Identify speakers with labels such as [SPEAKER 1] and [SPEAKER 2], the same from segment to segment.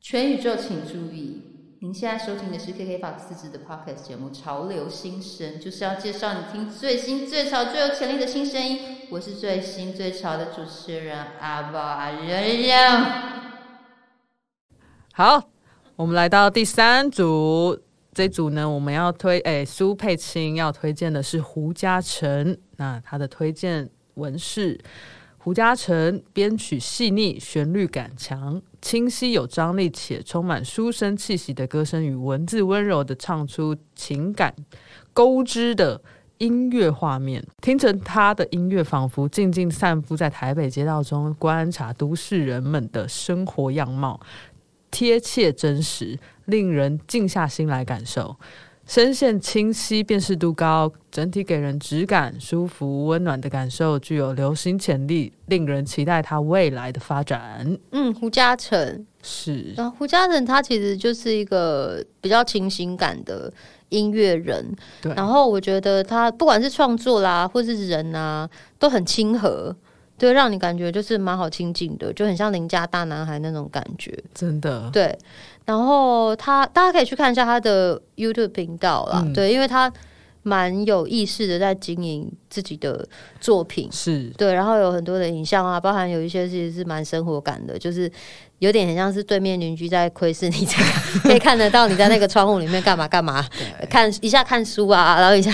[SPEAKER 1] 全宇宙请注意，您现在收听的是 KK Box 自制的 Podcast 节目《潮流新声》，就是要介绍你听最新、最潮、最有潜力的新声音。我是最新最潮的主持人阿宝阿仁。
[SPEAKER 2] 好，我们来到第三组，这组呢，我们要推，诶，苏佩青要推荐的是胡嘉诚，那他的推荐文是。胡嘉诚编曲细腻，旋律感强，清晰有张力且充满书生气息的歌声与文字温柔的唱出情感勾织的音乐画面。听着他的音乐，仿佛静静散步在台北街道中，观察都市人们的生活样貌，贴切真实，令人静下心来感受。声线清晰，辨识度高，整体给人质感、舒服、温暖的感受，具有流行潜力，令人期待它未来的发展。
[SPEAKER 3] 嗯，胡嘉诚，
[SPEAKER 2] 是，
[SPEAKER 3] 然后呃胡嘉诚他其实就是一个比较清醒感的音乐人，
[SPEAKER 2] 对，
[SPEAKER 3] 然后我觉得他不管是创作啦，或是人啊，都很亲和，对，让你感觉就是蛮好亲近的，就很像邻家大男孩那种感觉。
[SPEAKER 2] 真的，
[SPEAKER 3] 对，然后他大家可以去看一下他的 YouTube 频道啦，
[SPEAKER 2] 嗯
[SPEAKER 3] 对，因为他蛮有意识的在经营自己的作品，
[SPEAKER 2] 是，
[SPEAKER 3] 对，然后有很多的影像啊，包含有一些其实是蛮生活感的，就是有点很像是对面邻居在窥视你这样，可以看得到你在那个窗户里面干嘛干嘛，看一下看书啊，然后一下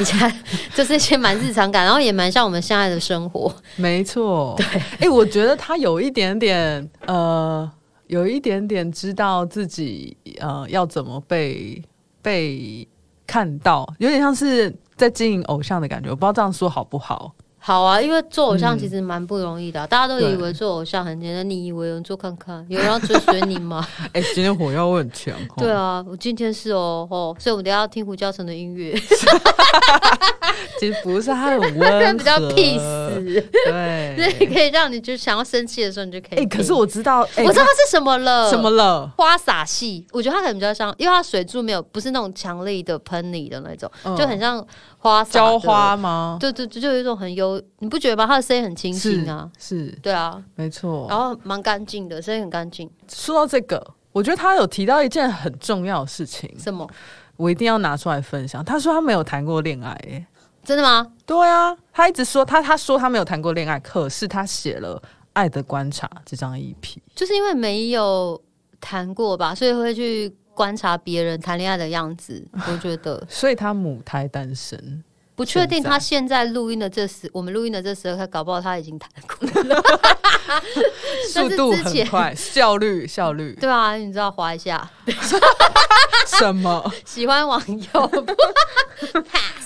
[SPEAKER 3] 一下 就是一些蛮日常感，然后也蛮像我们现在的生活，
[SPEAKER 2] 没错。对，哎、我觉得他有一点点，呃，有一点点知道自己，呃，要怎么被被看到，有点像是在经营偶像的感觉。我不知道这样说好不好。
[SPEAKER 3] 好啊，因为做偶像其
[SPEAKER 2] 嗯
[SPEAKER 3] 实蛮不容易的啊、大家都以为做偶像很简单，你以为有人做看看，有人要追随你吗？
[SPEAKER 2] 哎、今天火药味很强。 哦
[SPEAKER 3] 对，啊，我今天是哦哦，所以我们等一下要听胡椒城的音乐，
[SPEAKER 2] 哎其实不是，他很 温和，
[SPEAKER 3] 比较 peace，所以
[SPEAKER 2] 对，
[SPEAKER 3] 可以让你就想要生气的时候你就可以
[SPEAKER 2] 哎、
[SPEAKER 3] 听。
[SPEAKER 2] 可是我知道，哎、
[SPEAKER 3] 我知道它是什么了，
[SPEAKER 2] 什么了，
[SPEAKER 3] 花洒系，我觉得它可能比较像，因为它水柱没有不是那种强力的喷你的那种，
[SPEAKER 2] 嗯
[SPEAKER 3] 就很像花洒的
[SPEAKER 2] 浇花。吗？
[SPEAKER 3] 对对对，就有一种很优，你不觉得吗？它的声音很清
[SPEAKER 2] 是
[SPEAKER 3] 新啊，，
[SPEAKER 2] 是
[SPEAKER 3] 对啊，
[SPEAKER 2] 没错。
[SPEAKER 3] 然后蛮干净的，声音很干净。
[SPEAKER 2] 哦说到这个，我觉得他有提到一件很重要的事情，
[SPEAKER 3] 什么？
[SPEAKER 2] 我一定要拿出来分享。他说他没有谈过恋爱、哎，
[SPEAKER 3] 真的吗？
[SPEAKER 2] 对啊，他一直说他他说他没有谈过恋爱，可是他写了《爱的观察》这张 E EP，
[SPEAKER 3] 就是因为没有谈过吧，所以会去观察别人谈恋爱的样子。
[SPEAKER 2] 啊
[SPEAKER 3] 我觉得
[SPEAKER 2] 所以他母胎单身。
[SPEAKER 3] 不确定
[SPEAKER 2] 现在
[SPEAKER 3] 他现在录音的这时，我们录音的这时候，他搞不好他已经谈过了，
[SPEAKER 2] 速度
[SPEAKER 3] 但是之前
[SPEAKER 2] 很快，效率效 率，
[SPEAKER 3] 对啊，你知道划一下，
[SPEAKER 2] 什么
[SPEAKER 3] 喜欢网友 pass。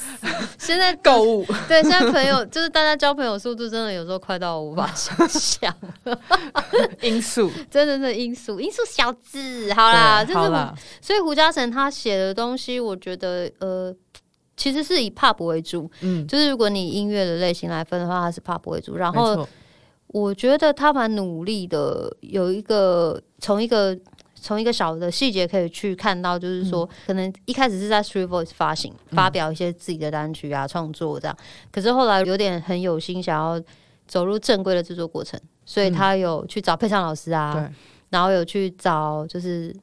[SPEAKER 3] 现在
[SPEAKER 2] 购物？
[SPEAKER 3] 对现在朋友就是大家交朋友速度真的有时候快到我无法想象，
[SPEAKER 2] 因素。
[SPEAKER 3] 真的是因素因素小子， 好啦，
[SPEAKER 2] 对
[SPEAKER 3] 这
[SPEAKER 2] 好
[SPEAKER 3] 是我
[SPEAKER 2] 啦，
[SPEAKER 3] 所以胡嘉诚他写的东西，我觉得呃，其实是以 pop 为主，
[SPEAKER 2] 嗯，
[SPEAKER 3] 就是如果你以音乐的类型来分的话，它是 pop 为主。然
[SPEAKER 2] 没
[SPEAKER 3] 后
[SPEAKER 2] 错
[SPEAKER 3] 我觉得他蛮努力的，有一个从一个从一个小的细节可以去看到，就是说、
[SPEAKER 2] 嗯
[SPEAKER 3] 可能一开始是在 Street Voice 发行发表一些自己的单曲啊、创作这样，可是后来有点很有心想要走入正规的制作过程，所以他有去找配唱老师啊，
[SPEAKER 2] 嗯对，
[SPEAKER 3] 然后有去找就是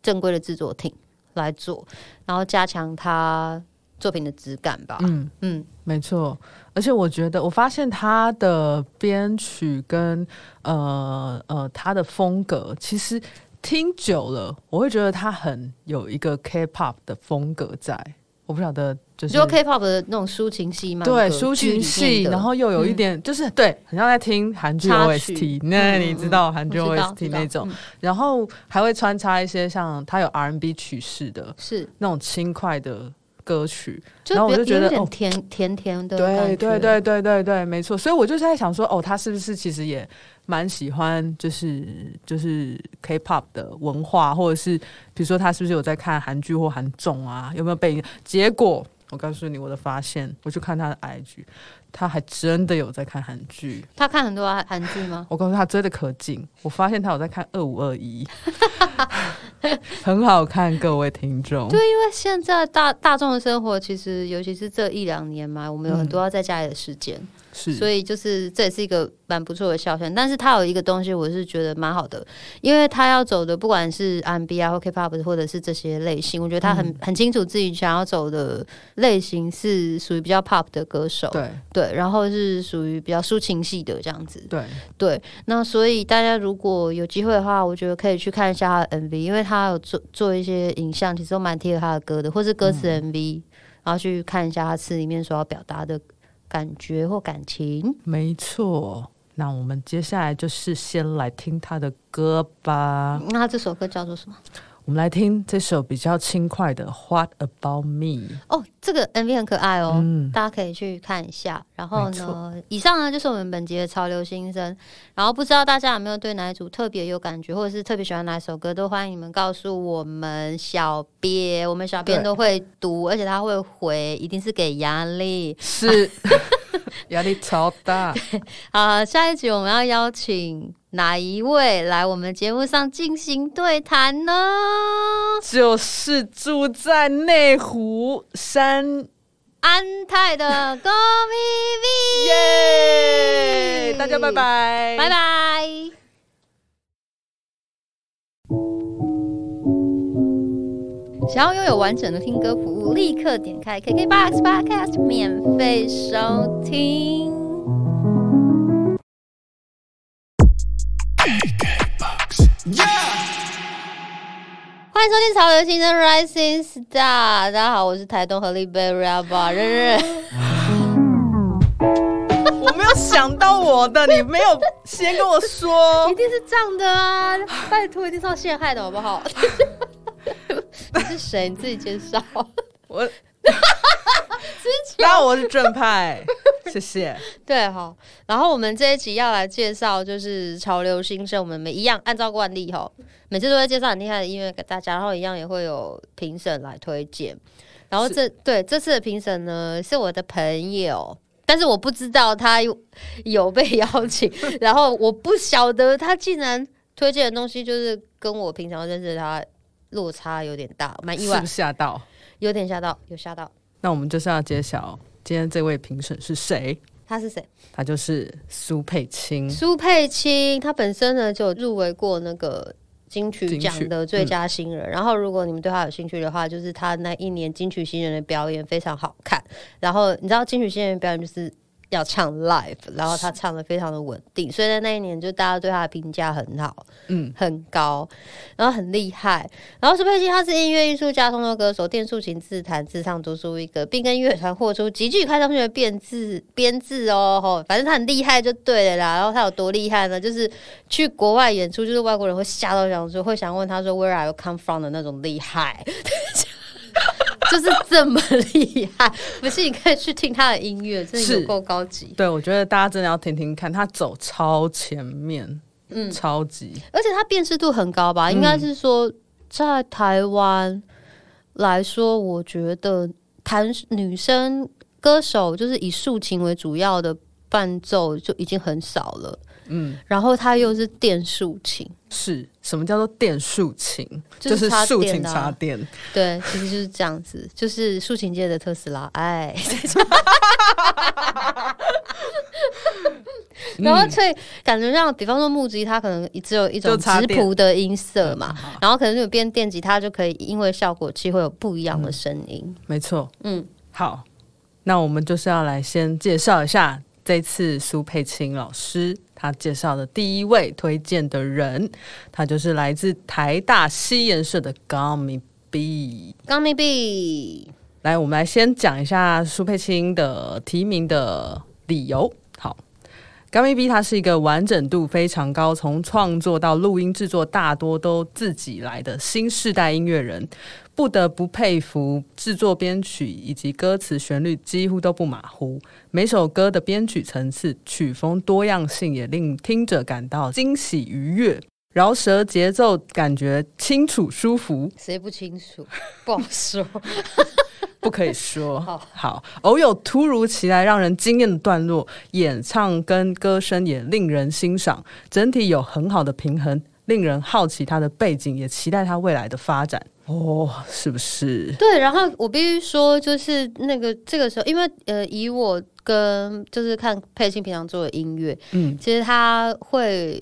[SPEAKER 3] 正规的制作厅来做，然后加强他作品的质感吧。
[SPEAKER 2] 嗯，
[SPEAKER 3] 嗯，
[SPEAKER 2] 没错。而且我觉得，我发现他的编曲跟呃呃他的风格，其实听久了，我会觉得他很有一个 K-pop 的风格在。我不晓得，就
[SPEAKER 3] 你
[SPEAKER 2] 是
[SPEAKER 3] 说 K-pop 的那种抒情戏吗？
[SPEAKER 2] 对
[SPEAKER 3] 那个
[SPEAKER 2] 抒
[SPEAKER 3] 剧
[SPEAKER 2] 情
[SPEAKER 3] 里
[SPEAKER 2] 戏，
[SPEAKER 3] 面的嗯
[SPEAKER 2] 然后又有一点，就是对，很像在听韩剧
[SPEAKER 3] 插
[SPEAKER 2] OST
[SPEAKER 3] 曲。
[SPEAKER 2] 那
[SPEAKER 3] 嗯
[SPEAKER 2] 你
[SPEAKER 3] 嗯
[SPEAKER 2] 知道韩
[SPEAKER 3] 我知
[SPEAKER 2] 剧
[SPEAKER 3] 道
[SPEAKER 2] OST
[SPEAKER 3] 知道
[SPEAKER 2] 那种
[SPEAKER 3] 嗯，
[SPEAKER 2] 然后还会穿插一些像他有 R&B 曲式的
[SPEAKER 3] 是
[SPEAKER 2] 那种轻快的歌曲，
[SPEAKER 3] 就
[SPEAKER 2] 然后我就
[SPEAKER 3] 比较
[SPEAKER 2] 觉得
[SPEAKER 3] 有点
[SPEAKER 2] 哦
[SPEAKER 3] 甜甜甜的感觉，
[SPEAKER 2] 对对对对对对，没错。所以我就是在想说，哦，他是不是其实也蛮喜欢，就是就是 K-pop 的文化，或者是比如说他是不是有在看韩剧或韩综啊？有没有被影？结果我告诉你我的发现，我去看他的 IG，他还真的有在看韩剧。
[SPEAKER 3] 他看很多韩韩剧 吗？
[SPEAKER 2] 我告诉他追的可紧，我发现他有在看二五二 一，很好看，各位听众。
[SPEAKER 3] 对，因为现在大大众的生活，其实尤其是这一两年嘛，我们有很多要在家里的时间，
[SPEAKER 2] 是，
[SPEAKER 3] 所以就是这也是一个蛮不错的肖像，但是他有一个东西我是觉得蛮好的，因为他要走的不管是 R&B 啊或 K-pop 或者是这些类型，我觉得他很、
[SPEAKER 2] 嗯
[SPEAKER 3] 很清楚自己想要走的类型是属于比较 pop 的歌手，
[SPEAKER 2] 对
[SPEAKER 3] 对，然后是属于比较抒情系的这样子，
[SPEAKER 2] 对，
[SPEAKER 3] 对，那所以大家如果有机会的话，我觉得可以去看一下他的 MV，因为他有做做一些影像，其实都蛮贴合他的歌的，或是歌词 MV，、然后去看一下他词里面所要表达的感觉或感情。
[SPEAKER 2] 没错。那我们接下来就是先来听他的歌吧。
[SPEAKER 3] 那他这首歌叫做什么？
[SPEAKER 2] 我们来听这首比较轻快的《What About Me》。
[SPEAKER 3] 哦，这个 MV 很可爱哦，
[SPEAKER 2] 嗯，
[SPEAKER 3] 大家可以去看一下。然后
[SPEAKER 2] 没错
[SPEAKER 3] 呢，以上呢就是我们本集的潮流新生。然后不知道大家有没有对哪一组特别有感觉，或者是特别喜欢哪一首歌，都欢迎你们告诉我们小编，我们小编
[SPEAKER 2] 对
[SPEAKER 3] 都会读，而且他会回，一定是给压力。
[SPEAKER 2] 是 压力超大。
[SPEAKER 3] 好，下一集我们要邀请哪一位来我们节目上进行对谈呢？
[SPEAKER 2] 就是住在内湖山，
[SPEAKER 3] 安泰的 Go V
[SPEAKER 2] 耶！大家拜拜，
[SPEAKER 3] V，拜。拜。想要拥有完整的听歌服务，立刻点开 KKBOX Podcast 免费收听。欢迎收听《潮流新生 Rising Star》，大家好，我是台东和立贝瑞阿爸任任。
[SPEAKER 2] 我没有想到我的，你没有先跟我说
[SPEAKER 3] 一。定是这样的啊！拜托，一定是要陷害的好不好？ 你是谁？你自己介绍。
[SPEAKER 2] 我，那我是正派，谢谢。
[SPEAKER 3] 对，好。然后我们这一集要来介绍就是潮流新生，我们每一样按照惯例哈，每次都会介绍很厉害的音乐给大家，然后一样也会有评审来推荐。然后这对这次的评审呢是我的朋友，但是我不知道他有有被邀请， 然后我不晓得他竟然推荐的东西就是跟我平常认识的他落差有点大，啊蛮意
[SPEAKER 2] 是
[SPEAKER 3] 外
[SPEAKER 2] 不，是吓到？
[SPEAKER 3] 有点吓到，有吓到。
[SPEAKER 2] 那我们就是要揭晓今天这位评审是谁，
[SPEAKER 3] 他是谁？
[SPEAKER 2] 他就是苏佩青。
[SPEAKER 3] 苏佩青，她本身呢就有入围过那个金曲奖的最佳新人。然后，如果你们对她有兴趣的话，就是她那一年金曲新人的表演非常好看。然后，你知道金曲新人表演就是要唱 live，然后她唱的非常的稳定，所以在那一年就大家对她的评价很好，
[SPEAKER 2] 嗯，
[SPEAKER 3] 很高，然后很厉害。然后苏佩青她是音乐艺术家、创作歌手、电竖琴自弹自唱独树一格，并跟乐团获出极具开创性的编制编制哦，吼，反正她很厉害就对了啦。然后她有多厉害呢？就是去国外演出，就是外国人会吓到想说，会想问她说 Where are you come from 的那种厉害。 就是这么厉害，不是？你可以去听她的音乐，真的
[SPEAKER 2] 是
[SPEAKER 3] 有够高级。
[SPEAKER 2] 对，我觉得大家真的要听听看，他走超前面，嗯，超级
[SPEAKER 3] 而且它辨识度很高吧？应该是说，在台湾来说，我觉得弹女生歌手就是以竖琴为主要的伴奏就已经很少了。嗯，然后它又是电竖琴，
[SPEAKER 2] 是什么叫做电竖琴？
[SPEAKER 3] 就是
[SPEAKER 2] 是
[SPEAKER 3] 插
[SPEAKER 2] 竖
[SPEAKER 3] 电
[SPEAKER 2] 琴
[SPEAKER 3] 的啊
[SPEAKER 2] 插电。
[SPEAKER 3] 对，其实就是这样子，就是抒情界的特斯拉， 哎。然后，所以感觉上，比方说木吉他可能只有一种
[SPEAKER 2] 嗯就插
[SPEAKER 3] 直
[SPEAKER 2] 电
[SPEAKER 3] 谱的音色嘛，然后可能有变电吉他就可以，因为效果器会有不一
[SPEAKER 2] 嗯
[SPEAKER 3] 样的声音。
[SPEAKER 2] 没错，
[SPEAKER 3] 嗯，
[SPEAKER 2] 好，那我们就是要来先介绍一下这次苏佩青老师他介绍的第一位推荐的人，他就是来自台大西研社的 Gummy B。
[SPEAKER 3] 刚 m B，
[SPEAKER 2] 来，我们来先讲一下苏佩青的提名的理由。好。Gummy B 他是一个完整度非常高，从创作到录音制作大多都自己来的新世代音乐人，不得不佩服制作编曲以及歌词旋律几乎都不马虎，每首歌的编曲层次、曲风多样性也令听者感到惊喜愉悦，饶舌节奏感觉清楚舒服，
[SPEAKER 3] 谁不清楚？不好 说。
[SPEAKER 2] 不可以 说。
[SPEAKER 3] 好
[SPEAKER 2] 偶有突如其来让人惊艳的段落，演唱跟歌声也令人欣赏，整体有很好的平衡，令人好奇他的背景，也期待他未来的发展。哦，是不是？
[SPEAKER 3] 对，然后我必须说，就是那个这个时候，因为呃，以我跟就是看佩欣平常做的音乐，
[SPEAKER 2] 嗯，
[SPEAKER 3] 其实他会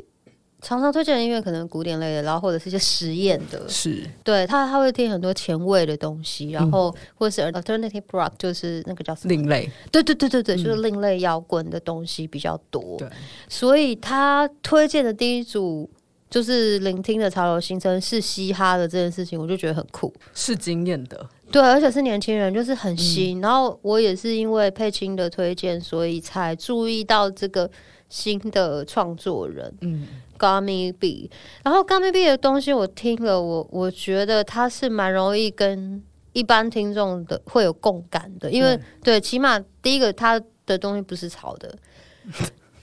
[SPEAKER 3] 常常推荐的音乐，可能古典类的，然后或者是一些实验的，
[SPEAKER 2] 是
[SPEAKER 3] 对他他会听很多前卫的东西，然后或者是 alternative rock，就是那个叫什么？
[SPEAKER 2] 嗯另类，
[SPEAKER 3] 对对对对对，就是另类摇滚的东西比较多。
[SPEAKER 2] 对，
[SPEAKER 3] 所以他推荐的第一组。就是聆听的潮流新生是嘻哈的这件事情，我就觉得很酷。
[SPEAKER 2] 是惊艳的，
[SPEAKER 3] 对，而且是年轻人，就是很
[SPEAKER 2] 嗯
[SPEAKER 3] 新。然后我也是因为佩青的推荐，所以才注意到这个新的创作人
[SPEAKER 2] 嗯
[SPEAKER 3] Gummy B。然后 Gummy B 的东西我听了，我我觉得他是蛮容易跟一般听众的会有共感的，因为
[SPEAKER 2] 对
[SPEAKER 3] 对，起码第一个他的东西不是吵 的。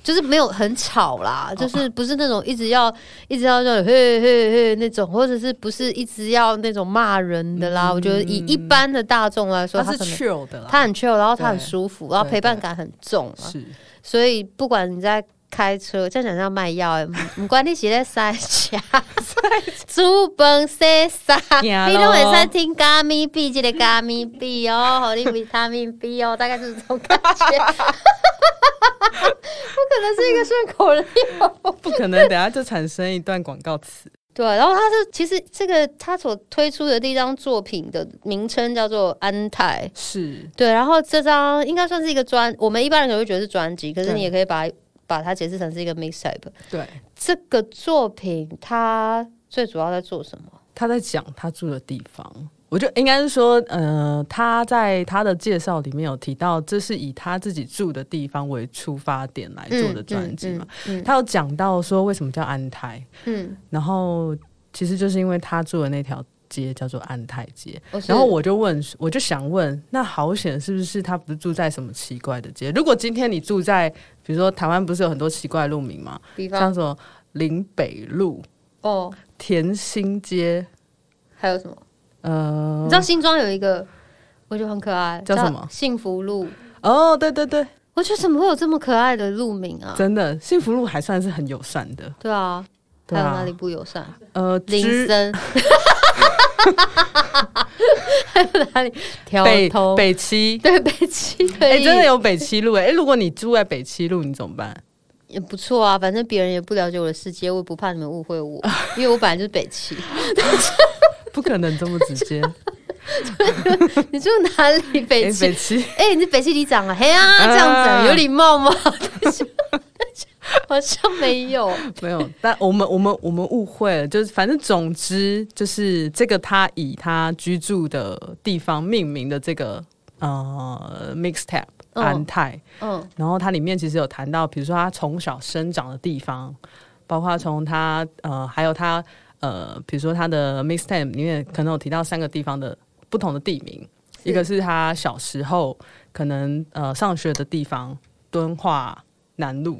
[SPEAKER 3] 就是没有很吵啦，
[SPEAKER 2] 哦
[SPEAKER 3] 就是不是那种一直要一直要那种嘿嘿嘿那种，或者是不是一直要那种骂人的啦？我觉得以一般的大众来说，
[SPEAKER 2] 嗯
[SPEAKER 3] 他
[SPEAKER 2] 它是
[SPEAKER 3] 可能
[SPEAKER 2] chill 的啦，
[SPEAKER 3] 他很 chill，然后他很
[SPEAKER 2] 对
[SPEAKER 3] 舒服，然后
[SPEAKER 2] 对
[SPEAKER 3] 陪伴
[SPEAKER 2] 对
[SPEAKER 3] 感很重啊。
[SPEAKER 2] 是
[SPEAKER 3] 所以不管你在开车，这样讲像卖药哎，唔管你是在塞车，煮饭洗衫，
[SPEAKER 2] 行
[SPEAKER 3] 你都会
[SPEAKER 2] 咯
[SPEAKER 3] 使听咖咪 B 这个咖咪 B 哦，好你维他命 B 哦，大概就是这种感觉。我可能是一个顺口溜。
[SPEAKER 2] 不可能，等下就产生一段广告词，
[SPEAKER 3] 对，然后他是其实这个他所推出的第一张作品的名称叫做《安泰》，
[SPEAKER 2] 是
[SPEAKER 3] 对，然后这张应该算是一个专，我们一般人可能会觉得是专辑，可是
[SPEAKER 2] 对
[SPEAKER 3] 你也可以把把它解释成是一个 mixtape。
[SPEAKER 2] 对。
[SPEAKER 3] 这个作品它最主要在做什么？
[SPEAKER 2] 他在讲他住的地方，我就应该是说，呃，他在他的介绍里面有提到，这是以他自己住的地方为出发点来做的专辑嘛。
[SPEAKER 3] 嗯嗯嗯
[SPEAKER 2] 他有讲到说为什么叫安泰，
[SPEAKER 3] 嗯，
[SPEAKER 2] 然后其实就是因为他住的那条街叫做安泰街。
[SPEAKER 3] 我是
[SPEAKER 2] 然后我就问，我就想问，那好险是不是他不是住在什么奇怪的街？如果今天你住在，比如说台湾不是有很多奇怪的路名嘛，
[SPEAKER 3] 比
[SPEAKER 2] 像
[SPEAKER 3] 方
[SPEAKER 2] 什么林北路、
[SPEAKER 3] 哦，
[SPEAKER 2] 田心街，
[SPEAKER 3] 还有什么？
[SPEAKER 2] 呃，
[SPEAKER 3] 你知道新庄有一个，我觉得很可爱，
[SPEAKER 2] 叫什么
[SPEAKER 3] 幸福路。
[SPEAKER 2] 哦，对对对，
[SPEAKER 3] 我觉得怎么会有这么可爱的路名啊？
[SPEAKER 2] 真的，幸福路还算是很友善的。
[SPEAKER 3] 对啊，还
[SPEAKER 2] 对啊
[SPEAKER 3] 有哪里不友善？
[SPEAKER 2] 呃，
[SPEAKER 3] 林
[SPEAKER 2] 居
[SPEAKER 3] 森，还有哪里？条
[SPEAKER 2] 北
[SPEAKER 3] 头
[SPEAKER 2] 北七，
[SPEAKER 3] 对北七可
[SPEAKER 2] 哎、
[SPEAKER 3] 以，
[SPEAKER 2] 真的有北七路哎、诶如果你住在北七路，你怎么办？
[SPEAKER 3] 也不错啊。反正别人也不了解我的世界，我也不怕你们误会我，因为我本来就是北七。
[SPEAKER 2] 不可能这么直接。
[SPEAKER 3] 你住哪里？
[SPEAKER 2] 哎、
[SPEAKER 3] 北七
[SPEAKER 2] 北？七，
[SPEAKER 3] 哎、你是北汽里长啊？嘿啊，
[SPEAKER 2] 啊
[SPEAKER 3] 这样子、有礼貌吗？ 好像没有。
[SPEAKER 2] 没有，但我们我们我们误会了，就是反正总之就是这个他以他居住的地方命名的这个呃 mixtape
[SPEAKER 3] 嗯
[SPEAKER 2] 安泰，
[SPEAKER 3] 嗯，
[SPEAKER 2] 然后它里面其实有谈到，比如说他从小生长的地方，包括从他呃，还有他呃，比如说他的 mixtape 里面可能有提到三个地方的不同的地名，
[SPEAKER 3] 是
[SPEAKER 2] 一个是他小时候可能呃上学的地方敦化南路，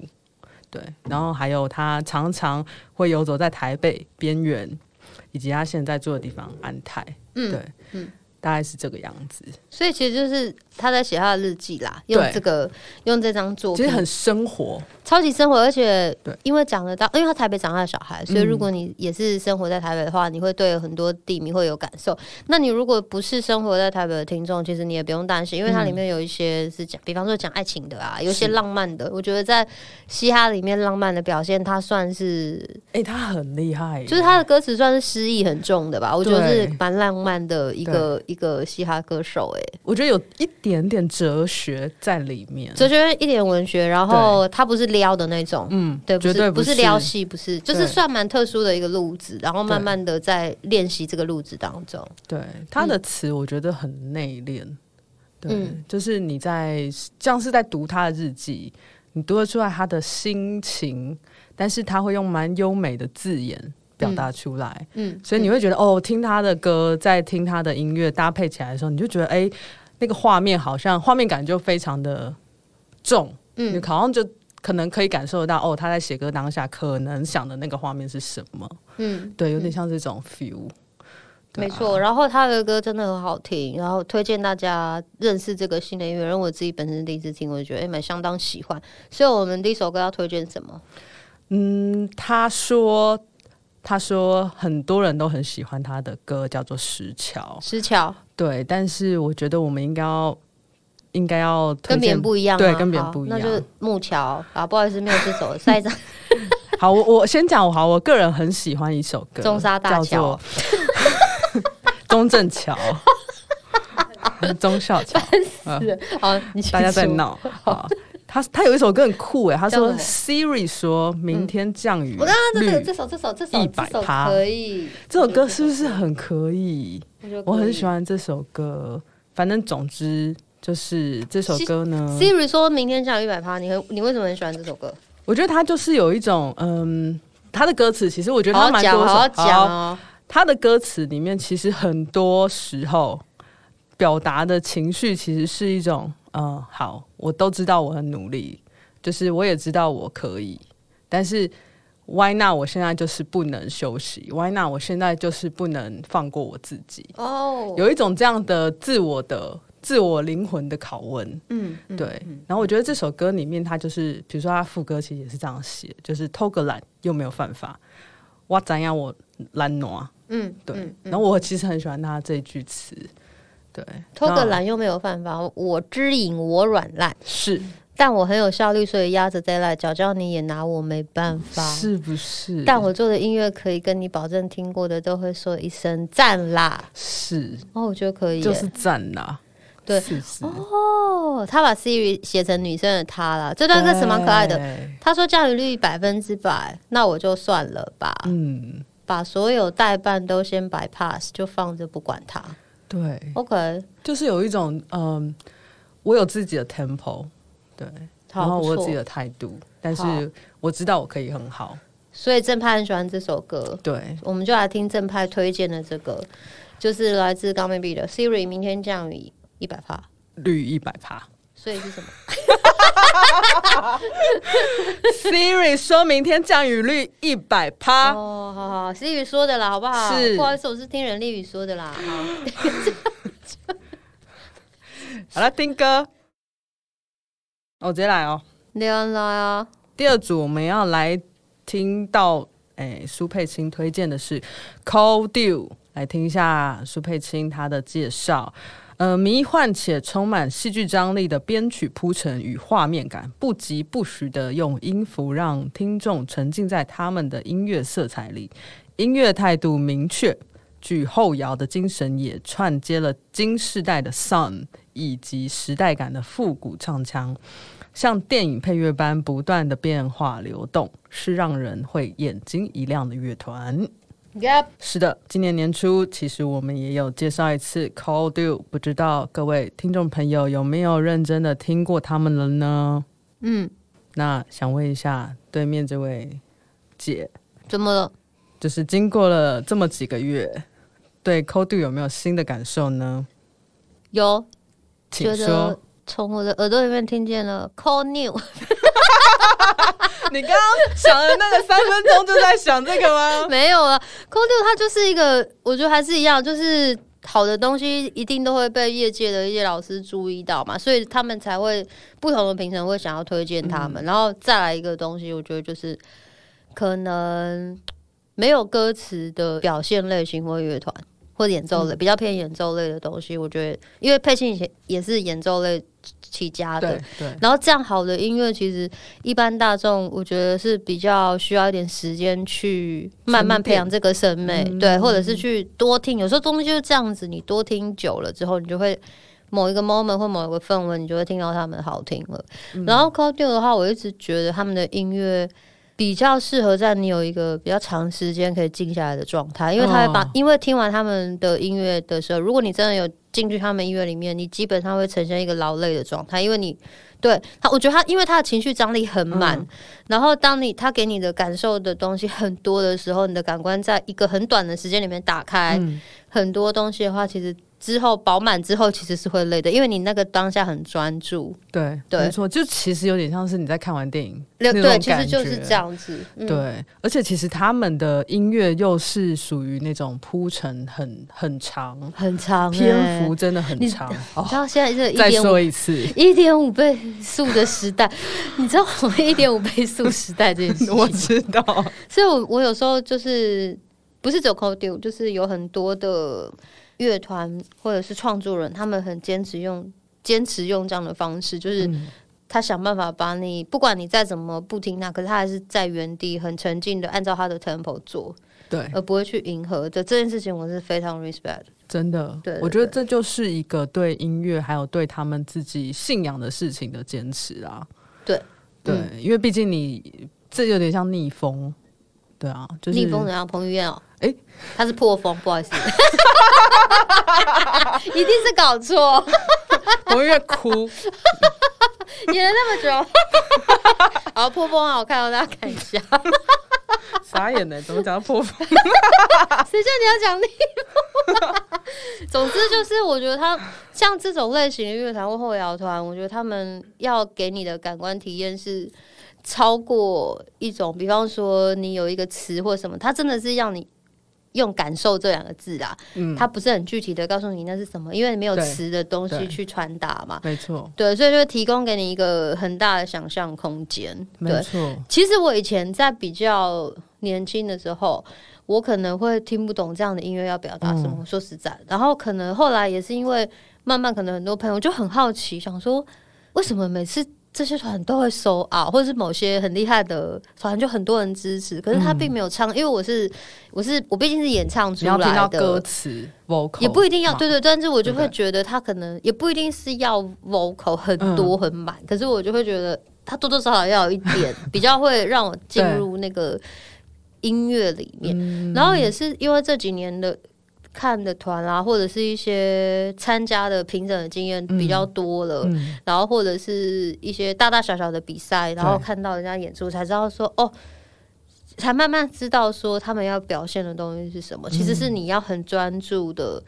[SPEAKER 2] 对，然后还有他常常会游走在台北边缘，以及他现在住的地方安泰，
[SPEAKER 3] 嗯
[SPEAKER 2] 对，
[SPEAKER 3] 嗯
[SPEAKER 2] 大概是这个样子，
[SPEAKER 3] 所以其实就是他在写他的日记啦，用
[SPEAKER 2] 对
[SPEAKER 3] 这个用这张作
[SPEAKER 2] 其
[SPEAKER 3] 品，
[SPEAKER 2] 实很生活，
[SPEAKER 3] 超级生活，而且
[SPEAKER 2] 对嗯
[SPEAKER 3] 因为讲得到，因为他台北长大的小孩，所以如果你也是生活在台北的话，你会对很多地名会有感受。那你如果不是生活在台北的听众，其实你也不用担心，因为它里面有一些是讲，比方说讲爱情的啊，有一些
[SPEAKER 2] 嗯是
[SPEAKER 3] 浪漫的。我觉得在嘻哈里面浪漫的表现，它算是
[SPEAKER 2] 哎、他很厉害耶，
[SPEAKER 3] 就是他的歌词算是诗意很重的吧，我觉得
[SPEAKER 2] 啊对
[SPEAKER 3] 是蛮浪漫的一个一个嘻哈歌手、欸，哎，
[SPEAKER 2] 我觉得有一点点哲学在里面，
[SPEAKER 3] 哲学一点文学，然后他不是撩的那种，
[SPEAKER 2] 嗯，
[SPEAKER 3] 对，
[SPEAKER 2] 绝对
[SPEAKER 3] 是不
[SPEAKER 2] 是
[SPEAKER 3] 撩戏，不是，就是
[SPEAKER 2] 对
[SPEAKER 3] 算蛮特殊的一个路子，然后慢慢的在练习这个路子当中，
[SPEAKER 2] 对他的词，我觉得很内敛。对，
[SPEAKER 3] 嗯
[SPEAKER 2] 就是你在像是在读他的日记，你读得出来他的心情，但是他会用蛮优美的字眼表达出来，
[SPEAKER 3] 嗯，
[SPEAKER 2] 所以你会觉得哦，听他的歌，在听他的音乐搭配起来的时候，你就觉得哎、那个画面好像画面感就非常的重，你
[SPEAKER 3] 嗯，
[SPEAKER 2] 好像就可能可以感受得到哦，他在写歌当下可能想的那个画面是什么。
[SPEAKER 3] 嗯，
[SPEAKER 2] 对，有点像这种 feel。对
[SPEAKER 3] 没
[SPEAKER 2] 啊
[SPEAKER 3] 错。然后他的歌真的很好听，然后推荐大家认识这个新的音乐人。因为我自己本身第一次听，我就觉得哎，蛮、相当喜欢。所以我们第一首歌要推荐什么？
[SPEAKER 2] 嗯，他说，他说很多人都很喜欢他的歌，叫做《石桥》。
[SPEAKER 3] 石桥，
[SPEAKER 2] 对，但是我觉得我们应该要应该要推
[SPEAKER 3] 跟别
[SPEAKER 2] 荐
[SPEAKER 3] 人不一样、啊，
[SPEAKER 2] 对跟别人
[SPEAKER 3] 好
[SPEAKER 2] 不一
[SPEAKER 3] 那就是
[SPEAKER 2] 样
[SPEAKER 3] 木桥啊，不好意思，没有这 首，下一张
[SPEAKER 2] 好，我我先讲我好，我个人很喜欢一首歌，
[SPEAKER 3] 中沙大
[SPEAKER 2] 叫
[SPEAKER 3] 桥
[SPEAKER 2] 做 中正桥、 中 小桥，嗯
[SPEAKER 3] 是好，你
[SPEAKER 2] 大家
[SPEAKER 3] 在
[SPEAKER 2] 在闹。好，他他有一首歌很酷哎，他说
[SPEAKER 3] 叫嗯
[SPEAKER 2] Siri 说明天降雨
[SPEAKER 3] 我刚刚这个
[SPEAKER 2] 绿
[SPEAKER 3] 这，首这首这首
[SPEAKER 2] 一
[SPEAKER 3] 这
[SPEAKER 2] 百
[SPEAKER 3] 首
[SPEAKER 2] 趴
[SPEAKER 3] 可以，
[SPEAKER 2] 这首歌是不是很可以？
[SPEAKER 3] 我觉得可以
[SPEAKER 2] 我很喜。欢这首歌，反正总之就是这首歌呢，
[SPEAKER 3] Siri 说明天降雨一百趴，你很你为什么很喜欢这首歌？
[SPEAKER 2] 我觉得它就是有一种嗯，它的歌词其实我觉得
[SPEAKER 3] 好
[SPEAKER 2] 它
[SPEAKER 3] 好
[SPEAKER 2] 蛮
[SPEAKER 3] 讲，
[SPEAKER 2] 多首，
[SPEAKER 3] 好好讲
[SPEAKER 2] 好
[SPEAKER 3] 哦。
[SPEAKER 2] 它的歌词里面其实很多时候表达的情绪其实是一种嗯，好，我都知道我很努力，就是我也知道我可以，但是。Why not？我现在就是不能休息。Why not？我现在就是不能放过我自己。
[SPEAKER 3] 哦，
[SPEAKER 2] 有一种这样的自我的、自我灵魂的拷问。
[SPEAKER 1] 嗯，嗯
[SPEAKER 2] 对，然后我觉得这首歌里面，它就是，比如说它副歌其实也是这样写，就是偷个懒又没有犯法，我怎样我懒挪，
[SPEAKER 3] 嗯，
[SPEAKER 2] 对。
[SPEAKER 3] 嗯
[SPEAKER 2] 然后我其实很喜欢他这句词，对，
[SPEAKER 3] 偷个
[SPEAKER 2] 那
[SPEAKER 3] 懒又没有犯法，我知影我软烂，
[SPEAKER 2] 是
[SPEAKER 3] 但我很有效率，所以压着在烂脚，叫你也拿我没办法。
[SPEAKER 2] 是不是？
[SPEAKER 3] 但我做的音乐可以跟你保证，听过的都会说一声赞啦。
[SPEAKER 2] 是
[SPEAKER 3] 哦，我觉得可以耶，
[SPEAKER 2] 就是赞啦，
[SPEAKER 3] 对
[SPEAKER 2] 是不是？
[SPEAKER 3] 哦，他把 Siri 写成女生的她啦，这段歌词蛮可爱的。
[SPEAKER 2] 对，
[SPEAKER 3] 他说降雨率百分之百，那我就算了吧，
[SPEAKER 2] 嗯，
[SPEAKER 3] 把所有代办都先 bypass，就放着不管它。
[SPEAKER 2] 对，
[SPEAKER 3] OK，
[SPEAKER 2] 就是有一种嗯，我有自己的 tempo，对，
[SPEAKER 3] 好
[SPEAKER 2] 然后
[SPEAKER 3] 不
[SPEAKER 2] 哦我有
[SPEAKER 3] 错
[SPEAKER 2] 自己的态度，但
[SPEAKER 3] 好
[SPEAKER 2] 是我知道我可以很好，
[SPEAKER 3] 所以正派很喜欢这首歌，
[SPEAKER 2] 对，
[SPEAKER 3] 我们就来听正派推荐的这个，就是来自高妹币的 Siri，明天降雨一百帕，
[SPEAKER 2] 绿一百趴。
[SPEAKER 3] 所以是什么？
[SPEAKER 2] Siri 说明天降雨率一百趴，
[SPEAKER 3] 哦，好好，Siri 说的啦，好不好？
[SPEAKER 2] 啊是
[SPEAKER 3] 不好意思，我是听人力语说的啦。好
[SPEAKER 2] 好了，丁哥，我、直接来哦。
[SPEAKER 3] 你要来啊，
[SPEAKER 2] 第二组我们要来听到，哎，苏佩青推荐的是《Cold Dew》，来听一下苏佩青她的介绍。呃，迷幻且充满戏剧张力的编曲铺陈与画面感，不疾不徐的用音符让听众沉浸在他们的音乐色彩里，音乐态度明确。具后摇的精神也串接了金世代的 Sun 以及时代感的复古唱腔，像电影配乐般不断的变化流动，是让人会眼睛一亮的乐团。
[SPEAKER 3] Yep，
[SPEAKER 2] 是的，今年年初其实我们也有介绍一次 Cold Do，不知道各位听众朋友有没有认真的听过他们了呢？
[SPEAKER 3] 嗯，
[SPEAKER 2] 那想问一下对面这位姐，
[SPEAKER 3] 怎么了？
[SPEAKER 2] 就是经过了这么几个月，对 Cold Do 有没有新的感受呢？
[SPEAKER 3] 有
[SPEAKER 2] 请
[SPEAKER 3] 觉
[SPEAKER 2] 说
[SPEAKER 3] 得。从我的耳朵里面听见了 “call new”，
[SPEAKER 2] 你刚刚想的那个三分钟就在想这个 吗？
[SPEAKER 3] 没有了，“call new” 它就是一个，我觉得还是一样，就是好的东西一定都会被业界的一些老师注意到嘛，所以他们才会不同的评审会想要推荐他们，然后再来一个东西，我觉得就是可能没有歌词的表现类型或乐团。或者演奏类、比较偏演奏类的东西，我觉得，因为佩欣以前也是演奏类起家的
[SPEAKER 2] 对，对，
[SPEAKER 3] 然后这样好的音乐，其实一般大众我觉得是比较需要一点时间去慢慢
[SPEAKER 2] 沉
[SPEAKER 3] 培
[SPEAKER 2] 淀嗯
[SPEAKER 3] 养这个审美，对，或者是去多听。有时候东西就是这样子，你多听久了之后，你就会某一个 moment 或某一个氛围，你就会听到他们好听了。
[SPEAKER 2] 嗯
[SPEAKER 3] 然后 Cold Dew 的话，我一直觉得他们的音乐。比较适合在你有一个比较长时间可以静下来的状态，因为他会把，
[SPEAKER 2] 哦
[SPEAKER 3] 因为听完他们的音乐的时候，如果你真的有进去他们音乐里面，你基本上会呈现一个劳累的状态，因为你对他，我觉得他因为他的情绪张力很满，
[SPEAKER 2] 嗯
[SPEAKER 3] 然后当你他给你的感受的东西很多的时候，你的感官在一个很短的时间里面打开、
[SPEAKER 2] 嗯
[SPEAKER 3] 很多东西的话，其实之后饱满之后其实是会累的，因为你那个当下很专注，
[SPEAKER 2] 对
[SPEAKER 3] 对
[SPEAKER 2] 没错，就其实有点像是你在看完电影那种
[SPEAKER 3] 对，其实
[SPEAKER 2] 感觉
[SPEAKER 3] 就是这。样子，嗯、
[SPEAKER 2] 对，而且其实他们的音乐又是属于那种铺陈很很长，
[SPEAKER 3] 很长、欸、
[SPEAKER 2] 篇幅真的很长。
[SPEAKER 3] 你
[SPEAKER 2] 哦，
[SPEAKER 3] 知道现在这
[SPEAKER 2] 再
[SPEAKER 3] 一点五
[SPEAKER 2] 说一次，
[SPEAKER 3] 一点五倍速的时代，你知道我们一点五倍速时代这 件事情吗
[SPEAKER 2] 我知道，
[SPEAKER 3] 所以我我有时候就是不是走 cold deal，就是有很多的乐团或者是创作人，他们很坚持用坚持用这样的方式，就是他想办法把你，不管你再怎么不听他，可是他还是在原地很沉静的按照他的 tempo 做，
[SPEAKER 2] 对，
[SPEAKER 3] 而不会去迎合的这件事情，我是非常 respect 的。
[SPEAKER 2] 真的，
[SPEAKER 3] 对对
[SPEAKER 2] 我觉得
[SPEAKER 3] 对
[SPEAKER 2] 这就是一个对音乐还有对他们自己信仰的事情的坚持啊。
[SPEAKER 3] 对，
[SPEAKER 2] 对，
[SPEAKER 3] 嗯
[SPEAKER 2] 因为毕竟你这有点像逆风，对啊，就是
[SPEAKER 3] 逆风怎样？彭于晏哦，
[SPEAKER 2] 诶
[SPEAKER 3] 他是破风，不好意 思，一定是搞错，
[SPEAKER 2] 彭于晏哭，
[SPEAKER 3] 演了那么久， 好破风啊，我看到大家看一下，
[SPEAKER 2] 傻眼呢、怎么讲到 破风？
[SPEAKER 3] 谁叫你要讲逆 风？总之就是，我觉得他像这种类型的乐团或后摇团，我觉得他们要给你的感官体验是超过一种，比方说你有一个词或什么，它真的是让你。用“感受”这两个字啦，
[SPEAKER 2] 嗯，
[SPEAKER 3] 它不是很具体的告诉你那是什么，因为没有
[SPEAKER 2] 对
[SPEAKER 3] 词的东
[SPEAKER 2] 对
[SPEAKER 3] 西去传达嘛。
[SPEAKER 2] 没错，
[SPEAKER 3] 对，所以就会提供给你一个很大的想象空间。
[SPEAKER 2] 没
[SPEAKER 3] 对，
[SPEAKER 2] 错，
[SPEAKER 3] 其实我以前在比较年轻的时候，我可能会听不懂这样的音乐要表达什
[SPEAKER 2] 嗯
[SPEAKER 3] 么。说实在，然后可能后来也是因为慢慢，可能很多朋友就很好奇，想说为什么每次这些团都会收啊，或者是某些很厉害的团就很多人支持，可是他并没有唱，因为我是我是我毕竟是演唱出
[SPEAKER 2] 你要听
[SPEAKER 3] 来
[SPEAKER 2] 到
[SPEAKER 3] 的
[SPEAKER 2] 歌词 vocal
[SPEAKER 3] 也不一定要
[SPEAKER 2] 嘛
[SPEAKER 3] 对对，但是我就
[SPEAKER 2] 对不对
[SPEAKER 3] 会觉得他可能也不一定是要 vocal 很
[SPEAKER 2] 嗯
[SPEAKER 3] 多很满，可是我就会觉得他多多少少要有一 点，比较会让我进入那个音乐里面。
[SPEAKER 2] 嗯
[SPEAKER 3] 然后也是因为这几年的看的团啦、或者是一些参加的评审的经验比较多了，
[SPEAKER 2] 嗯
[SPEAKER 3] 然后或者是一些大大小小的比赛，然后看到人家演出才知道说哦。才慢慢知道说他们要表现的东西是什么，其实
[SPEAKER 2] 嗯
[SPEAKER 3] 是你要很专注的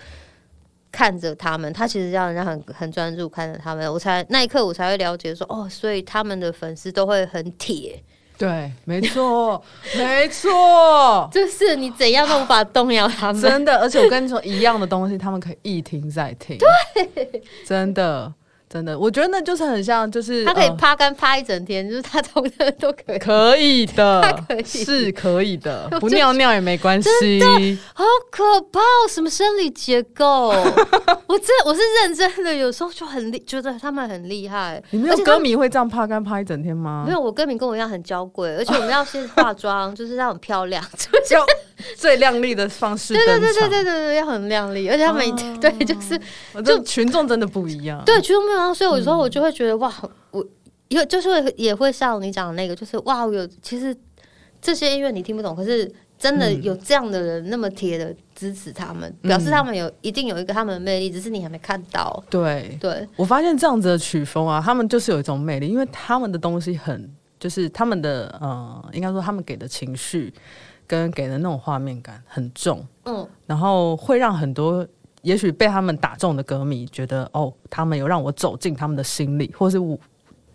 [SPEAKER 3] 看着他们，他其实让人家很很专注看着他们，我才那一刻我才会了解说哦，所以他们的粉丝都会很铁，
[SPEAKER 2] 对，没 错，没错。
[SPEAKER 3] 就是你怎样都无法动摇他们。
[SPEAKER 2] 真的，而且我跟你说，一样的东西他们可以一听再听。对，真的，真的，我觉得那就是很像，就是
[SPEAKER 3] 他可以
[SPEAKER 2] 呃
[SPEAKER 3] 趴干趴一整天，就是他从那都可以，
[SPEAKER 2] 可 以的
[SPEAKER 3] 可以
[SPEAKER 2] 是可以的，
[SPEAKER 3] 我
[SPEAKER 2] 不
[SPEAKER 3] 就
[SPEAKER 2] 尿尿也没关系。
[SPEAKER 3] 好可怕、哦！什么生理结 构？我真我是认真的，有时候就很厉，觉得他们很厉害。
[SPEAKER 2] 你没
[SPEAKER 3] 而
[SPEAKER 2] 有
[SPEAKER 3] 且他
[SPEAKER 2] 歌
[SPEAKER 3] 们
[SPEAKER 2] 迷会这样趴干趴一整天吗？
[SPEAKER 3] 没有，我歌迷跟我一样很娇贵，而且我们要先化妆，就是要很漂 亮，就是
[SPEAKER 2] 要最靓丽的方式
[SPEAKER 3] 对
[SPEAKER 2] 登
[SPEAKER 3] 对对
[SPEAKER 2] 场。
[SPEAKER 3] 对对对对，要很靓丽，而且他们、对就是
[SPEAKER 2] 我这群众真的不一样。
[SPEAKER 3] 对，其实没
[SPEAKER 2] 嗯
[SPEAKER 3] 有啊，所以有时候我就会觉得、哇，我也就是会也会像你讲的那个，就是哇，我有其实这些音乐你听不懂，可是真
[SPEAKER 2] 嗯
[SPEAKER 3] 的有这样的人那么铁的支持他们，表示他们有一定有一个他们的魅力，只是你还没看到。
[SPEAKER 2] 对，
[SPEAKER 3] 对，
[SPEAKER 2] 我发现这样子的曲风啊，他们就是有一种魅力，因为他们的东西很，就是他们的呃，应该说他们给的情绪跟给的那种画面感很重，
[SPEAKER 3] 嗯，
[SPEAKER 2] 然后会让很多也许被他们打中的歌迷觉得哦，他们有让我走进他们的心里，或是我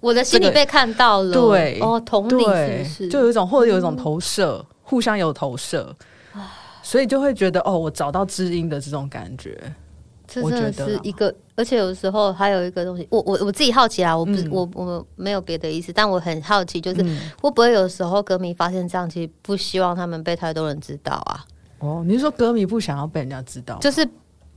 [SPEAKER 3] 我的心里
[SPEAKER 2] 这个
[SPEAKER 3] 被看到了。
[SPEAKER 2] 对
[SPEAKER 3] 哦，同理是
[SPEAKER 2] 对
[SPEAKER 3] 不，是？
[SPEAKER 2] 就有一种或者有一种投射，互相有投射，所以就会觉得哦，我找到知音的这种感觉。
[SPEAKER 3] 这
[SPEAKER 2] 我
[SPEAKER 3] 真的
[SPEAKER 2] 觉得
[SPEAKER 3] 是
[SPEAKER 2] 啦
[SPEAKER 3] 一个，而且有时候还有一个东西，我我我自己好奇啊，我不是、
[SPEAKER 2] 嗯
[SPEAKER 3] 我我没有别的意思，但我很好奇，就是、
[SPEAKER 2] 嗯
[SPEAKER 3] 会不会有时候歌迷发现这样，其实不希望他们被太多人知道啊，
[SPEAKER 2] 哦，你是说歌迷不想要被人家知道？
[SPEAKER 3] 就是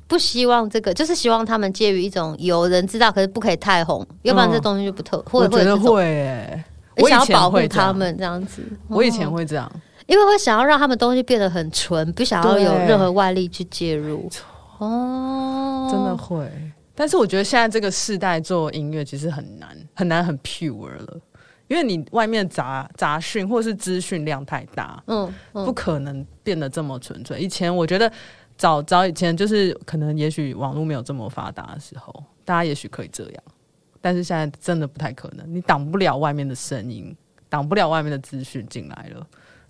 [SPEAKER 3] 不希望这个，就是希望他们介于一种有人知道，可是不可以太红，要不然这东西就不透，或
[SPEAKER 2] 嗯我
[SPEAKER 3] 者
[SPEAKER 2] 觉
[SPEAKER 3] 这
[SPEAKER 2] 得
[SPEAKER 3] 种
[SPEAKER 2] 会、欸，
[SPEAKER 3] 你
[SPEAKER 2] 我以
[SPEAKER 3] 想要
[SPEAKER 2] 前
[SPEAKER 3] 保护
[SPEAKER 2] 会这样
[SPEAKER 3] 他，们这样子，
[SPEAKER 2] 我以前会这样。
[SPEAKER 3] 因为会想要让他们东西变得很纯，不想要有
[SPEAKER 2] 对
[SPEAKER 3] 任何外力去介入，哦，
[SPEAKER 2] 真的会。但是我觉得现在这个世代做音乐其实很难，很难很 pure 了，因为你外面杂杂讯或是资讯量太大，
[SPEAKER 3] 嗯，
[SPEAKER 2] 不可能变得这么纯粹。以前我觉得早早以前就是可能也许网络没有这么发达的时候，大家也许可以这样，但是现在真的不太可能，你挡不了外面的声音，挡不了外面的资讯进来了，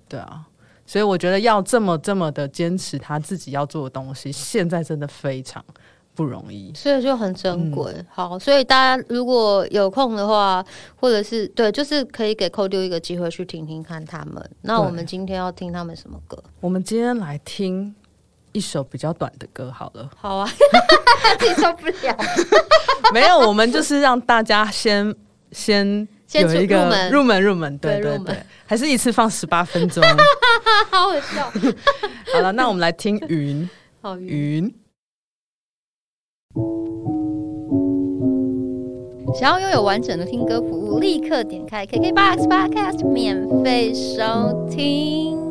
[SPEAKER 2] 对啊。所以我觉得要这么这么的坚持他自己要做的东西，现在真的非常不容易。
[SPEAKER 3] 所以就很珍贵。好，所以大家如果有空的话，或者是对，就是可以给扣丢一个机会去听听看他们。那
[SPEAKER 2] 对
[SPEAKER 3] 我们今天要听他们什么歌？
[SPEAKER 2] 我们今天来听一首比较短的歌好了。
[SPEAKER 3] 好啊， 自己受不了。
[SPEAKER 2] 没有，我们就是让大家先先
[SPEAKER 3] 先
[SPEAKER 2] 有一
[SPEAKER 3] 出入
[SPEAKER 2] 个
[SPEAKER 3] 门
[SPEAKER 2] 入门入门，对
[SPEAKER 3] 对
[SPEAKER 2] 对
[SPEAKER 3] 入
[SPEAKER 2] 对
[SPEAKER 3] 门，
[SPEAKER 2] 还是一次放十八分钟。
[SPEAKER 3] 好好笑，
[SPEAKER 2] 好了，那我们来听云
[SPEAKER 3] 好晕。
[SPEAKER 2] 云。
[SPEAKER 4] Thank
[SPEAKER 3] 想要拥有完整的听歌服务，立刻点开 KKBOX Podcast 免费收听。